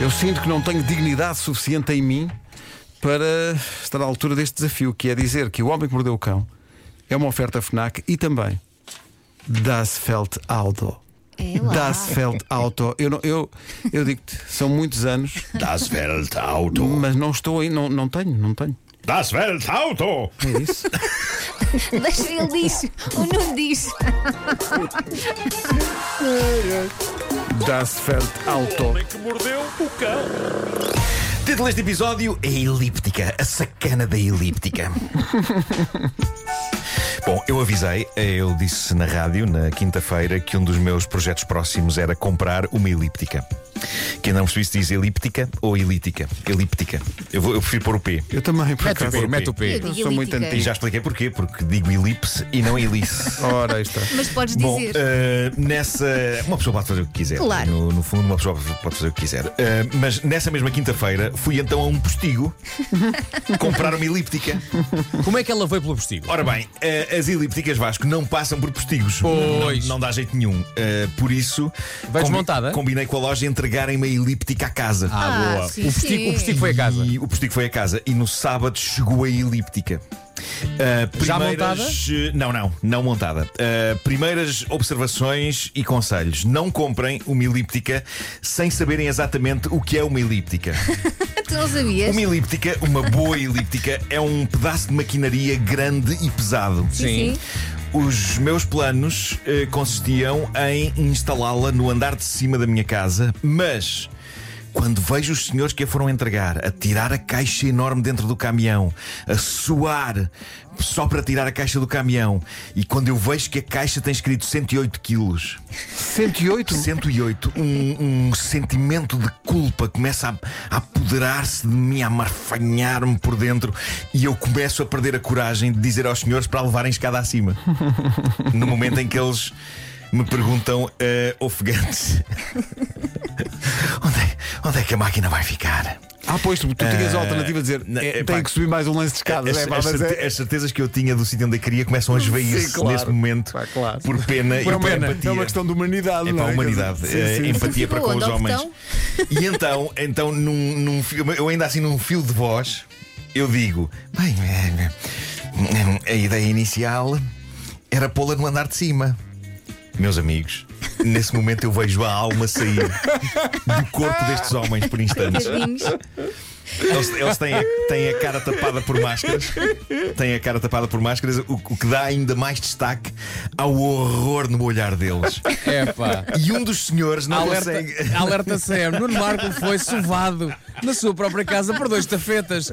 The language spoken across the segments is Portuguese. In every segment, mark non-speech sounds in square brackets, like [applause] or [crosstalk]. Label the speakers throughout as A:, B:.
A: Eu sinto que não tenho dignidade suficiente em mim para estar à altura deste desafio, que é dizer que o homem que mordeu o cão é uma oferta FNAC e também Das Felt Aldo.
B: É lá.
A: Das Felt Auto. Eu, não- eu, eu digo-te, são muitos anos,
C: Das Weltauto.
A: mas não estou aí, não, não tenho, não tenho.
C: Das Weltauto.
A: É
D: [laughs]
A: isso.
B: [laughs] Deixa ele diz, o nome diz.
A: Das Felt Auto.
E: que mordeu o cão.
C: Título deste episódio é Elíptica, a sacana da elíptica. [laughs] Bom, eu avisei, eu disse na rádio na quinta-feira que um dos meus projetos próximos era comprar uma elíptica. Que não percebi se diz elíptica ou elítica. Elíptica. Eu, vou, eu prefiro pôr o P.
A: Eu também, por acaso.
D: Mete o
B: Eu
D: P.
B: digo
A: sou muito
B: elíptica.
C: E
A: antigo.
C: já expliquei porquê, porque digo elipse e não [laughs] helice.
A: Ora, aí
D: [laughs]
A: está.
B: Mas podes
C: Bom,
B: dizer.
C: eh, nessa. Uma pessoa pode fazer o que quiser. é?
B: Claro.
C: No, no fundo, uma pessoa pode fazer o que quiser. Eh, mas nessa mesma quinta-feira fui então a um
B: [laughs]
C: postigo comprar uma elíptica.
D: Como é que ela foi pelo postigo?
C: Ora bem, eh, as elípticas Vasco não passam por postigos.
D: Pois.
C: Não, não dá jeito nenhum. Eh, por isso.
D: Vai desmontada?
C: Combinei com a loja entregarem uma elíptica à casa.
B: Ah,
D: boa.
B: sim,
D: o, postigo,
B: sim.
D: o postigo foi a [laughs] casa.
C: E o postigo foi a casa e no sábado chegou a elíptica. Ah,
D: Já
C: primeiras- Não, não, não montada. Ah, primeiras observações e conselhos. Não comprem uma elíptica sem saberem exatamente o que é uma elíptica.
B: tu Então não sabias?
C: Uma elíptica, uma boa elíptica, é um pedaço de maquinaria grande e pesado.
B: Sim, sim.
C: Os meus planos eh, consistiam em instalá-la no andar de cima da minha casa, mas quando vejo os senhores que a foram entregar a tirar a caixa enorme dentro do caminhão, a suar só para tirar a caixa do caminhão, e quando eu vejo que a caixa tem escrito 108 quilos,
A: 108?
C: 108, um, um sentimento de culpa começa a, a apoderar-se de mim, a marfanhar-me por dentro e eu começo a perder a coragem de dizer aos senhores para levarem escada acima. no momento em que eles me perguntam, eh, ofegantes, [laughs] onde, é, onde é que a máquina vai ficar?
A: Ah, pois, tu, tu tinhas a
C: Eh,
A: alternativa de dizer
C: na-
A: é,
C: epá,
A: tem que subir mais um lance de escada.
C: As,
A: é, pá,
C: as
A: mas
C: certe-
A: é,
C: as certezas que eu tinha do sítio onde eu queria começam a esvair-se
A: Sim, claro.
C: nesse momento
A: Pá, claro.
C: por pena
A: é
C: e por
A: uma,
C: empatia.
A: é uma questão de humanidade,
C: É
A: não
C: para a
A: é?
C: humanidade,
A: Quer
C: é
A: dizer, sim, sim.
C: empatia
B: Então
C: para
B: ficou
C: com os
B: onde, ao
C: homens.
B: botão?
C: [laughs] E então, então num, num fio- eu ainda assim num fio de voz, eu digo: bem, eh, eh, a ideia inicial era pô-la no andar de cima. Meus amigos, nesse momento eu vejo a alma sair do corpo destes homens por instantes.
B: Tadinhos.
C: Eles, eles têm, a, têm a cara tapada por máscaras. Têm a cara tapada por máscaras, o, o que dá ainda mais destaque ao horror no olhar deles.
D: É pá.
C: E um dos senhores não
D: Alerta,
C: consegue.
D: [laughs] alerta CM, Nuno Marco foi sovado na sua própria casa por dois tafetas.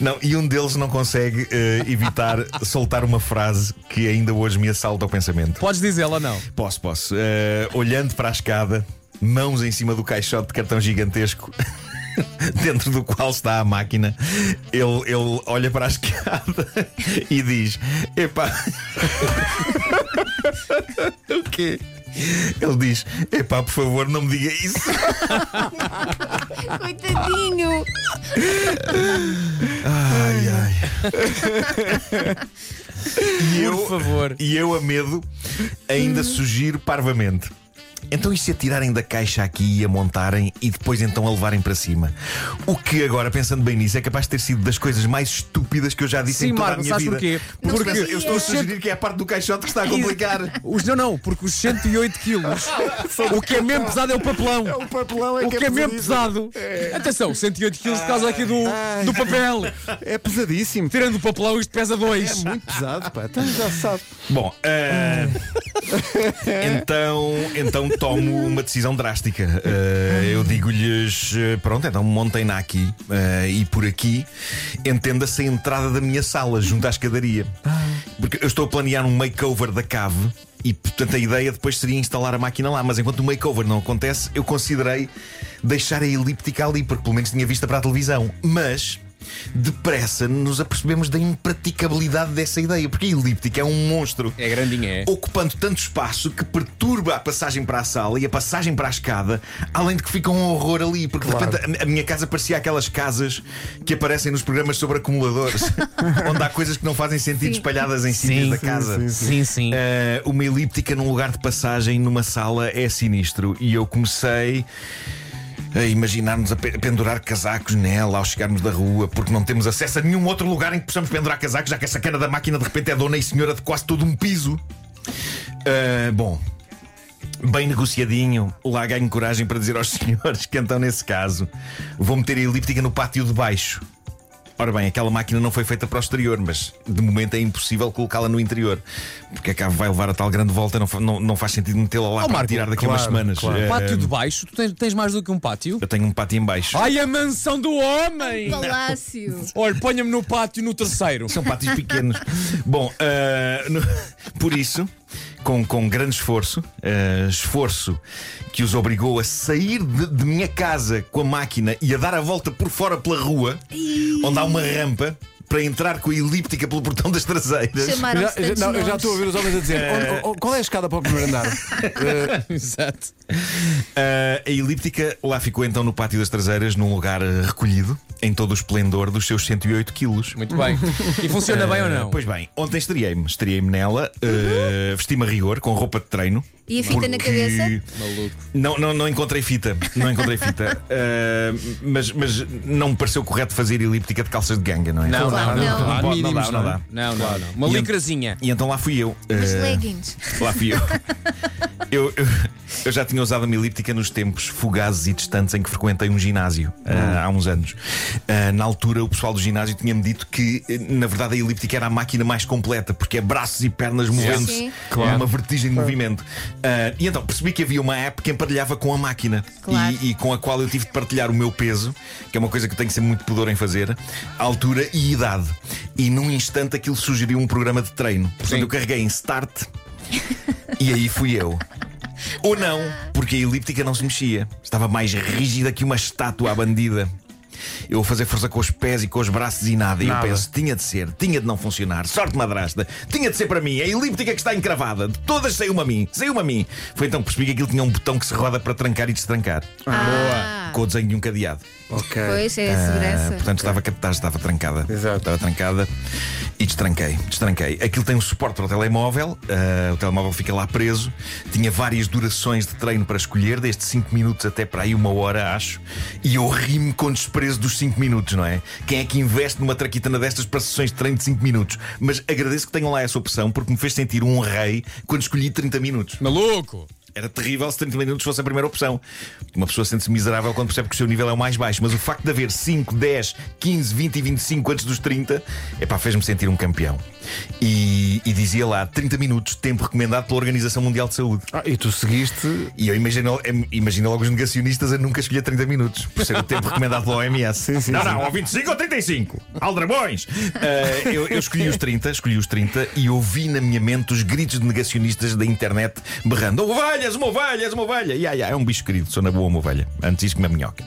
C: Não, e um deles não consegue eh, [laughs] evitar soltar uma frase que ainda hoje me assalta ao pensamento.
D: Podes dizê-la ou não?
C: Posso, posso. Eh, olhando para a escada, mãos em cima do caixote de cartão gigantesco. [laughs] Dentro do qual está a máquina, ele, ele olha para a escada [laughs] e diz: Epá, [laughs] o quê? Ele diz: Epá, por favor, não me diga isso.
B: Coitadinho.
C: Ai, ai. e eu,
D: Por favor.
C: E eu, a medo, ainda sugiro parvamente. Então, e se a tirarem da caixa aqui e a montarem e depois então a levarem para cima? O que agora, pensando bem nisso, é capaz de ter sido das coisas mais estúpidas que eu já disse
D: Sim,
C: em toda
D: Marco,
C: a minha
D: sabes
C: vida.
D: porquê?
C: Porque
B: Porque
C: eu estou a sugerir que é a parte do caixote que está a complicar.
D: [laughs] Os, não, não, porque os 108 quilos, o que é mesmo pesado é o papelão.
A: O papelão é
D: O que é mesmo
A: pesadíssimo.
D: pesado. Atenção, 108 quilos por causa aqui do, do papel.
A: É pesadíssimo.
D: Tirando o papelão, isto pesa
A: É
D: dois.
A: muito pesado, pá. Então já sabe.
C: Bom, eh, [laughs] então, então tomo uma decisão drástica. Eh, eu digo-lhes: eh, pronto, então montem-na aqui eh, e por aqui entenda-se a entrada da minha sala, junto à escadaria. Porque eu estou a planear um makeover da cave. E portanto a ideia depois seria instalar a máquina lá, mas enquanto o makeover não acontece, eu considerei deixar a elíptica ali, porque pelo menos tinha vista para a televisão. Mas Depressa nos apercebemos da impraticabilidade dessa ideia, porque a elíptica é um monstro.
D: É grandinho, é.
C: Ocupando tanto espaço que perturba a passagem para a sala e a passagem para a escada, além de que fica um horror ali, porque de repente a- a minha casa parecia aquelas casas que aparecem nos programas sobre
D: [laughs]
C: acumuladores, onde há coisas que não fazem sentido espalhadas em cima da casa.
D: Sim, sim.
C: Eh, uma é elíptica num lugar de passagem numa sala é sinistro. E eu comecei. a imaginar-nos a pe- pendurar casacos nela ao chegarmos da rua, porque não temos acesso a nenhum outro lugar em que possamos pendurar casacos, já que essa cara da máquina de repente é dona e senhora de quase todo um piso. Ah, bom, Bem negociadinho, lá ganho coragem para dizer aos [laughs] senhores que então, nesse caso, vou meter a elíptica no pátio de baixo. Ora bem, aquela máquina não foi feita para o exterior, mas de momento é impossível colocá-la no interior, porque a cabo vai levar a tal grande volta, não, fa- não, não faz sentido metê-la lá
D: Ó,
C: para
D: Oh, Marco,
C: tirar daqui a umas
A: claro,
C: semanas.
A: claro.
C: Eh,
D: Pátio de baixo? Tu tens, tens mais do que um pátio?
C: Eu tenho um pátio em baixo.
D: Ai, a mansão do homem!
B: Palácio.
D: Olha, ponha-me no pátio no terceiro.
C: São pátios pequenos. Bom, eh, no- [laughs] por isso, com, com grande esforço, eh, esforço que os obrigou a sair de, de minha casa com a máquina e a dar a volta por fora pela rua, onde há uma rampa, para entrar com a elíptica pelo portão das traseiras.
A: Eu
B: Chamaram-se
A: já, eu
B: tantos
A: já- não, eu já
B: nomes.
A: estou a ouvir os homens a dizer "Oh, oh, oh, qual é a escada para o primeiro andar? Eh,
D: [laughs] Exato.
C: Eh, a elíptica lá ficou então no pátio das traseiras, num lugar eh, recolhido, em todo o esplendor dos seus 108 quilos. Eh,
D: Muito bem. E funciona bem ou não?
C: Pois bem, ontem estreiei-me. Estreiei-me nela, eh, vesti-me a rigor, com roupa de treino.
B: E a fita na cabeça?
D: Maluco.
C: Não, não, não encontrei fita. Não encontrei
D: [laughs]
C: fita. Eh, mas, mas não me pareceu correto fazer elíptica de calças de ganga, não é?
D: Não, não, não.
B: não.
D: Não,
C: Não
D: há
C: pode, não
D: mínimos,
C: dá, não
D: não. é?
C: dá.
D: Não, não, não. Uma
C: E ent-
D: licrazinha.
C: E então lá fui eu.
B: Os
C: Eh,
B: leggings.
C: lá fui eu.
B: [laughs]
C: Eu, eu, eu já tinha usado a minha elíptica nos tempos fugazes e distantes em que frequentei um ginásio
D: Hum.
C: ah, há uns anos. Ah, na altura, o pessoal do ginásio tinha-me dito que, eh, na verdade, a elíptica era a máquina mais completa, porque é braços e pernas movendo-se.
B: Sim.
D: Claro.
C: Uma vertigem de movimento. Ah, e então percebi que havia uma app que emparelhava com a máquina
B: Claro.
C: e, e com a qual eu tive de partilhar o meu peso, que é uma coisa que eu tenho que ser muito pudor em fazer, altura e idade. E num instante aquilo sugeriu um programa de treino. Portanto,
D: Sim.
C: eu carreguei em start e aí fui eu. Ou não, porque a elíptica não se mexia. Estava mais rígida que uma estátua à bandida. Eu a fazer força com os pés e com os braços e nada. E eu
A: Nada.
C: penso, tinha de ser, tinha de não funcionar. Sorte madrasta, tinha de ser para mim. É a elíptica que está encravada. De todas saiu uma a mim, saiu uma a mim. Foi então que percebi que aquilo tinha um botão que se roda para trancar e destrancar.
B: Ah,
C: Com o desenho de um cadeado.
A: ok.
B: pois é a
C: Ah,
B: segurança.
C: portanto, estava captada, estava trancada.
A: Exato.
C: Estava trancada e destranquei. Destranquei. Aquilo tem um suporte para o telemóvel, ah, o telemóvel fica lá preso. Tinha várias durações de treino para escolher, desde 5 minutos até para aí uma hora, acho. E eu ri-me com desprezo dos 5 minutos, não é? Quem é que investe numa traquitana destas para sessões de treino de 5 minutos? Mas agradeço que tenham lá essa opção porque me fez sentir um rei quando escolhi 30 minutos.
D: Maluco.
C: Era terrível se 30 minutos fosse a primeira opção. Uma pessoa sente-se miserável quando percebe que o seu nível é o mais baixo, mas o facto de haver 5, 10, 15, 20 e 25 antes dos 30, epá, fez-me sentir um campeão. E, e dizia lá 30 minutos, tempo recomendado pela Organização Mundial de Saúde.
A: Ah, e tu seguiste
C: E eu imagino, em- imagino logo os negacionistas a nunca escolher 30 minutos, por ser o tempo recomendado pela OMS. não, não, ou 25 ou 35. Aldrabões! Ah, eu, eu escolhi os 30, escolhi os 30 e ouvi na minha mente os gritos de negacionistas da internet berrando: ovelhas, uma ovelha, és uma ovelha! E ai, ai, é um bicho querido, sou na boa uma ovelha. Antes isso que uma minhoca.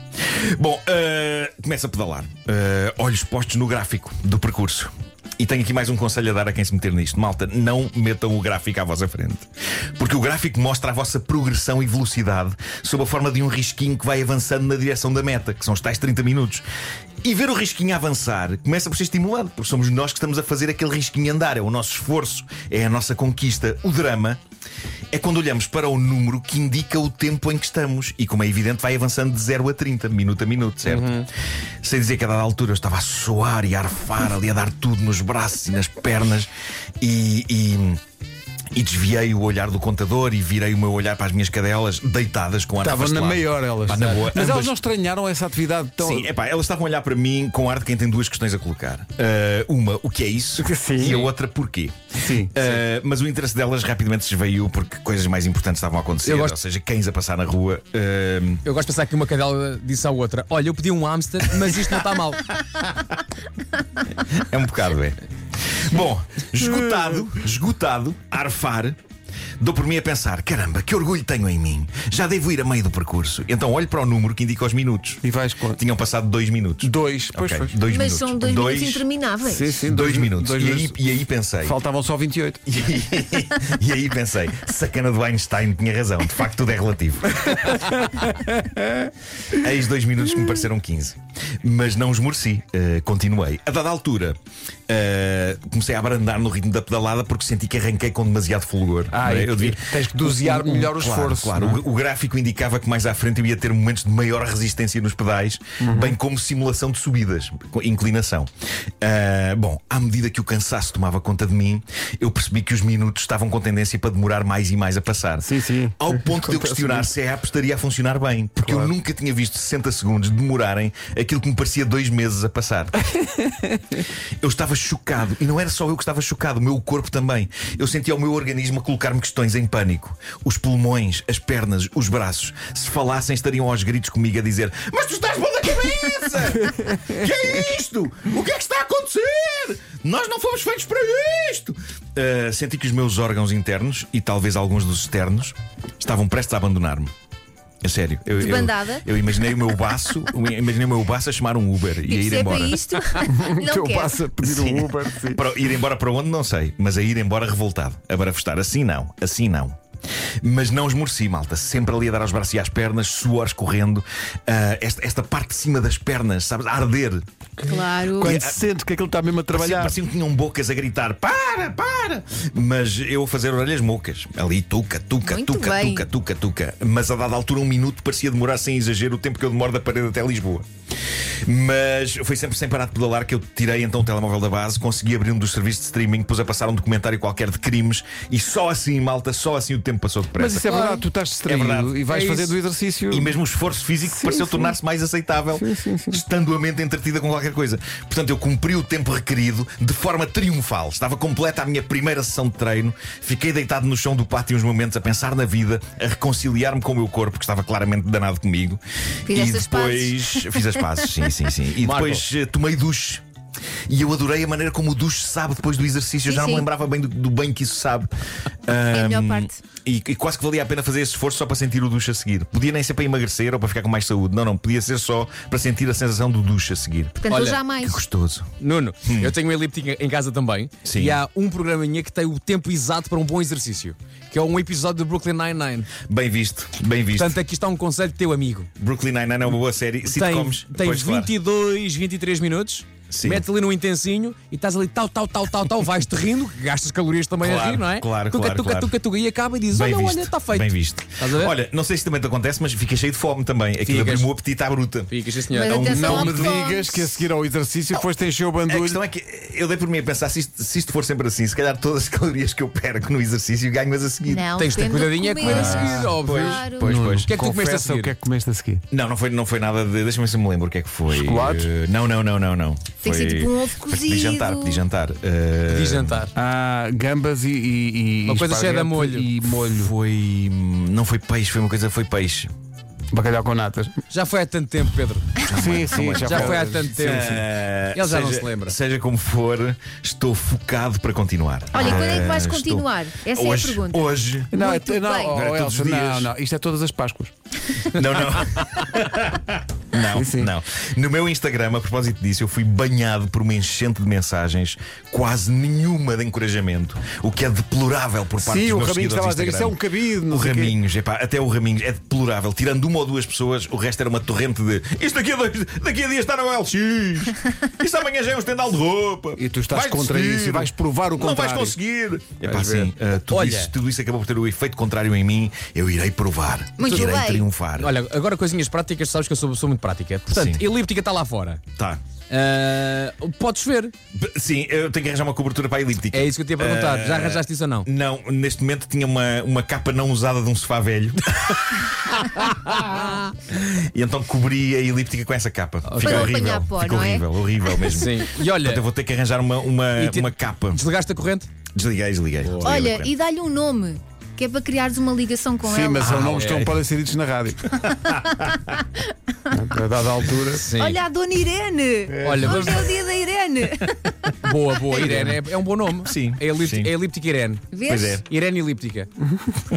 C: Bom, ah, começo a pedalar. Ah, olhos postos no gráfico do percurso. E tenho aqui mais um conselho a dar a quem se meter nisto. Malta, não metam o gráfico à vossa frente. Porque o gráfico mostra a vossa progressão e velocidade sob a forma de um risquinho que vai avançando na direção da meta, que são os tais 30 minutos. E ver o risquinho avançar começa por ser estimulado, porque somos nós que estamos a fazer aquele risquinho andar. É o nosso esforço, é a nossa conquista. O drama é quando olhamos para o número que indica o tempo em que estamos. E como é evidente, vai avançando de 0 a 30, minuto a minuto, certo?
A: Uhum.
C: Sem dizer que a dada altura eu estava a suar e a arfar ali, a dar tudo nos braços e nas pernas. E. e... e desviei o olhar do contador e virei o meu olhar para as minhas cadelas deitadas com a Ana
A: Estava na
C: Fastelado.
A: maior elas.
C: Pá, na boa,
A: Mas elas
C: ambas-
A: não estranharam essa atividade tão.
C: Sim, epá, elas estavam a olhar para mim com ar de quem tem duas questões a colocar. Ah, uma, o que é isso?
A: Sim.
C: E a outra, porquê?
A: Sim,
C: Ah, mas o interesse delas rapidamente se esveiu porque coisas mais importantes estavam a acontecer.
D: Eu gosto-
C: Ou seja, cães a passar na rua. ah,
D: Eu gosto de pensar que uma cadela disse à outra: Olha, eu pedi um hamster, mas isto não está mal.
C: É um bocado, é. Bom, esgotado, esgotado, arfar. Dou por mim a pensar, caramba, que orgulho tenho em mim. Já devo ir a meio do percurso. Então olho para o número que indica os minutos.
A: E vais com.
C: Tinham passado dois minutos.
A: Dois. Pois
C: Ok,
A: pois.
C: Dois
B: Mas
C: minutos.
B: são dois, minutos intermináveis.
A: Sim, sim,
C: dois, minutos.
A: dois
C: e, aí, e aí pensei.
A: é Faltavam só 28.
C: E aí, [laughs] e aí pensei, sacana do Einstein tinha razão,
A: [laughs]
C: de facto tudo é relativo. Eis dois minutos que me pareceram 15. mas não esmoreci. eh, continuei. A dada altura, eh, comecei a abrandar no ritmo da pedalada porque senti que arranquei com demasiado fulgor.
A: Ah,
C: não
A: e-
C: é?
A: tens que dosear melhor o
C: Claro,
A: esforço,
C: Claro,
A: não é?
C: o, o gráfico indicava que mais à frente eu ia ter momentos de maior resistência nos pedais,
A: Uhum.
C: bem como simulação de subidas, com inclinação. Ah, bom, à medida que o cansaço tomava conta de mim, eu percebi que os minutos estavam com tendência para demorar mais e mais a passar.
A: Sim, sim. [laughs]
C: Ao ponto de eu questionar se a app estaria a funcionar bem, porque eu nunca tinha visto 60 segundos demorarem aquilo que me parecia dois meses a passar. Eu estava chocado. E não era só eu que estava chocado, o meu corpo também. Eu sentia o meu organismo a colocar-me questões em pânico. Os pulmões, as pernas, os braços. Se falassem, estariam aos gritos comigo a dizer: Mas tu estás bom da cabeça! que é isto? O que é que está a acontecer? Nós não fomos feitos para isto! Ah, senti que os meus órgãos internos e talvez alguns dos externos estavam prestes a abandonar-me. É sério. Eu,
B: De
C: eu-
B: bandada?
C: Eu, imaginei o
B: [laughs]
C: meu baço, imaginei o meu baço a chamar um Uber e a ir
B: se é
C: embora.
B: para isto,
A: O
B: não
A: teu
B: quero.
C: é-
A: passo a pedir um Uber. Sim.
C: Para ir embora para onde não sei, mas a ir embora revoltado, a barafustar. Assim não, assim não. Mas não esmoreci, malta. Sempre ali a dar aos braços e às pernas, suor escorrendo. Ah, esta, esta parte de cima das pernas, sabes, a arder.
B: Claro.
A: Quando sentes que aquilo está mesmo a
C: Parecia,
A: trabalhar.
C: parecia que tinham bocas a gritar: para, para! Mas eu a fazer orelhas mocas. Ali, tuca, tuca,
B: Muito
C: tuca,
B: bem.
C: tuca, tuca, tuca. Mas a dada altura, um minuto parecia demorar sem exagero o tempo que eu demoro da parede até Lisboa. Mas foi sempre sem parar de pedalar que eu tirei então o telemóvel da base, consegui abrir um dos serviços de streaming, pus a passar um documentário qualquer de crimes e só assim, malta, só assim o tempo passou depressa.
A: Mas isso é
D: Claro.
A: verdade, tu estás distraído
C: verdade.
A: e vais
D: É
A: fazer
D: isso.
A: do exercício.
C: E mesmo o esforço físico
A: Sim,
C: pareceu
A: sim.
C: tornar-se mais aceitável,
A: Sim, sim, sim.
C: estando a mente entretida com qualquer coisa. Portanto, eu cumpri o tempo requerido de forma triunfal. Estava completa a minha primeira sessão de treino, fiquei deitado no chão do pátio uns momentos a pensar na vida, a reconciliar-me com o meu corpo, que estava claramente danado comigo.
B: Fizeste
C: e
B: as
C: depois [laughs] fiz as pazes, sim, sim, sim. E
A: Marco.
C: depois eh, tomei duche. E eu adorei a maneira como o duche sabe depois do exercício. Eu
B: Sim,
C: já não me
B: sim.
C: lembrava bem do, do bem que isso sabe.
B: É a melhor
C: Ahm,
B: parte.
C: e, e quase que valia a pena fazer esse esforço só para sentir o duche a seguir. Podia nem ser para emagrecer ou para ficar com mais saúde. Não, não. Podia ser só para sentir a sensação do duche a seguir.
B: Portanto,
D: Olha,
B: eu
C: Que
B: jamais.
C: gostoso.
D: [laughs] Nuno, eu tenho um elíptico em casa também.
C: Sim.
D: E há um programinha que tem o tempo exato para um bom exercício. Que é um episódio de Brooklyn Nine-Nine.
C: Bem visto, bem visto.
D: Portanto, aqui está um conselho teu amigo.
C: Brooklyn Nine-Nine é uma boa série. Sitcoms.
D: tem um- tem
C: podes falar.
D: 22, 23 minutos.
C: Sim.
D: Mete ali no intensinho e estás ali tal, tal, tal, tal, tal, vais-te rindo, gastas calorias também a
C: Claro,
D: rir, não é?
C: claro,
D: tuca,
C: claro,
D: tuca,
C: claro.
D: tuca, tuca, e acaba e dizes:
C: Bem
D: Olha,
C: visto,
D: olha, está feito.
C: Bem visto.
D: Estás a ver?
C: Olha, não sei se também te acontece, mas fiquei cheio de fome também. Aquilo
D: Ficas.
C: abriu-me o apetite à bruta.
D: Fica, sim, senhor.
B: Mas
D: É um-
B: atenção
A: Não
B: ao
A: me
B: que come.
A: digas que a seguir ao exercício foste encher o
C: A
A: bandulho.
C: questão é que eu dei por mim a pensar: se isto, se isto for sempre assim, se calhar todas as calorias que eu perco no exercício ganho-as a seguir.
B: Não,
D: Tens de ter
B: depende do
D: cuidadinho, é
B: que
D: comer a
B: comes.
D: seguir, óbvio.
B: Claro.
C: Pois, pois.
D: O que é que tu comeste a
A: Confessa
D: seguir?
A: o que é que comeste a seguir.
C: Não, não foi, não foi nada de. Deixa-me ver se me lembro o que é que foi.
A: Chocolates?
C: Eh, não, não, não, não, não.
B: Tem que ser
C: Foi-
B: tipo um ovo
C: mas Pedi
B: cozido.
C: jantar, pedi jantar. Eh,
D: Pedi jantar.
A: Há gambas e. e, e
D: Uma coisa cheia de
A: esparguete
D: molho.
A: E
C: Molho. Foi. Não foi peixe, foi uma coisa, foi peixe.
A: bacalhau com natas.
D: Já foi há tanto tempo, Pedro.
A: Sim, sim,
D: Já foi há tanto tempo.
C: Eh,
D: Ele já não
C: seja-
D: se lembra.
C: Seja como for, estou focado para continuar.
B: Olha, e quando é que vais
C: Eh, estou-
B: continuar? Essa é a
C: hoje,
B: pergunta.
C: Hoje.
A: Não,
B: Muito
A: é- não,
B: bem.
A: oh,
C: Era todos
A: Elsa,
C: os
A: não,
C: dias.
A: não, isto é todas as Páscoas.
C: Não, não.
A: [laughs]
C: Não,
A: Sim, sim.
C: não. No meu Instagram, a propósito disso, eu fui banhado por uma enchente de mensagens, quase nenhuma de encorajamento, o que é deplorável por parte
A: Sim,
C: dos
A: o
C: meus
A: Raminhos
C: seguidores
A: estava a
C: do
A: dizer, isso é
C: Instagram.
A: um cabido, não
C: O
A: sei o quê.
C: Raminhos, epá, até o Raminhos é deplorável. Tirando uma ou duas pessoas, o resto era uma torrente de isto daqui a, dois, daqui a dias está no LX, isto amanhã já é um estendal de roupa.
A: E tu estás
C: Vais
A: contra
C: desistir.
A: isso e vais provar o
C: Não vais
A: contrário.
C: conseguir. Epá,
D: Vais ver.
C: sim, ah, tudo,
D: Olha.
C: isso, tudo isso acabou por ter o efeito contrário em mim. Eu irei provar.
B: Muito
C: irei
B: bem.
C: triunfar.
D: Olha, agora coisinhas práticas, sabes que eu sou, sou muito prática. Portanto,
C: Sim.
D: elíptica está lá fora.
C: Tá.
D: Ah, podes ver.
C: B- Sim, eu tenho que arranjar uma cobertura para a elíptica.
D: É isso que eu tinha a perguntar.
C: Eh,
D: Já arranjaste isso ou não?
C: Não, neste momento tinha uma, uma capa não usada de um
B: [laughs]
C: sofá velho. e então cobri a elíptica com essa capa. Fica
B: Para não
C: horrível.
B: apanhar pó,
C: Fica
B: não é?
C: horrível, horrível mesmo.
D: Sim. E olha.
C: Portanto, eu vou ter que arranjar uma, uma,
D: e te-
C: uma capa.
D: Desligaste a corrente?
C: Desliguei, desliguei. desliguei da
B: Olha,
C: corrente.
B: e dá-lhe um nome, que é para criares uma ligação com
A: Sim,
B: ela.
A: mas
D: Ah,
A: são nomes que não
D: ok.
A: podem ser ditos na rádio. A dada altura.
D: Sim.
B: Olha a Dona Irene!
C: Eh,
D: Olha,
B: Hoje é
D: vamos-
B: o dia da Irene!
D: Boa, boa, [laughs] Irene. É, é um bom nome.
C: Sim,
D: É, elipt-
C: sim.
D: é elíptica Irene.
B: Vês?
C: Pois é.
D: Irene elíptica.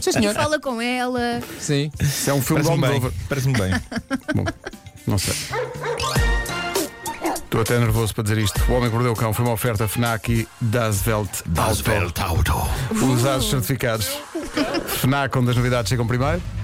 D: Sim,
B: E
D: senhor.
B: fala com ela.
D: Sim.
A: Isso é um filme de
C: Parece-me
A: Almodóvar.
C: bem. Parece-me bem.
A: Bom, não sei. Estou até nervoso para dizer isto. O Homem que Mordeu o Cão foi uma oferta FNAC e Dasvelt Auto.
C: Auto.
A: Usados certificados. FNAC, onde as novidades chegam primeiro.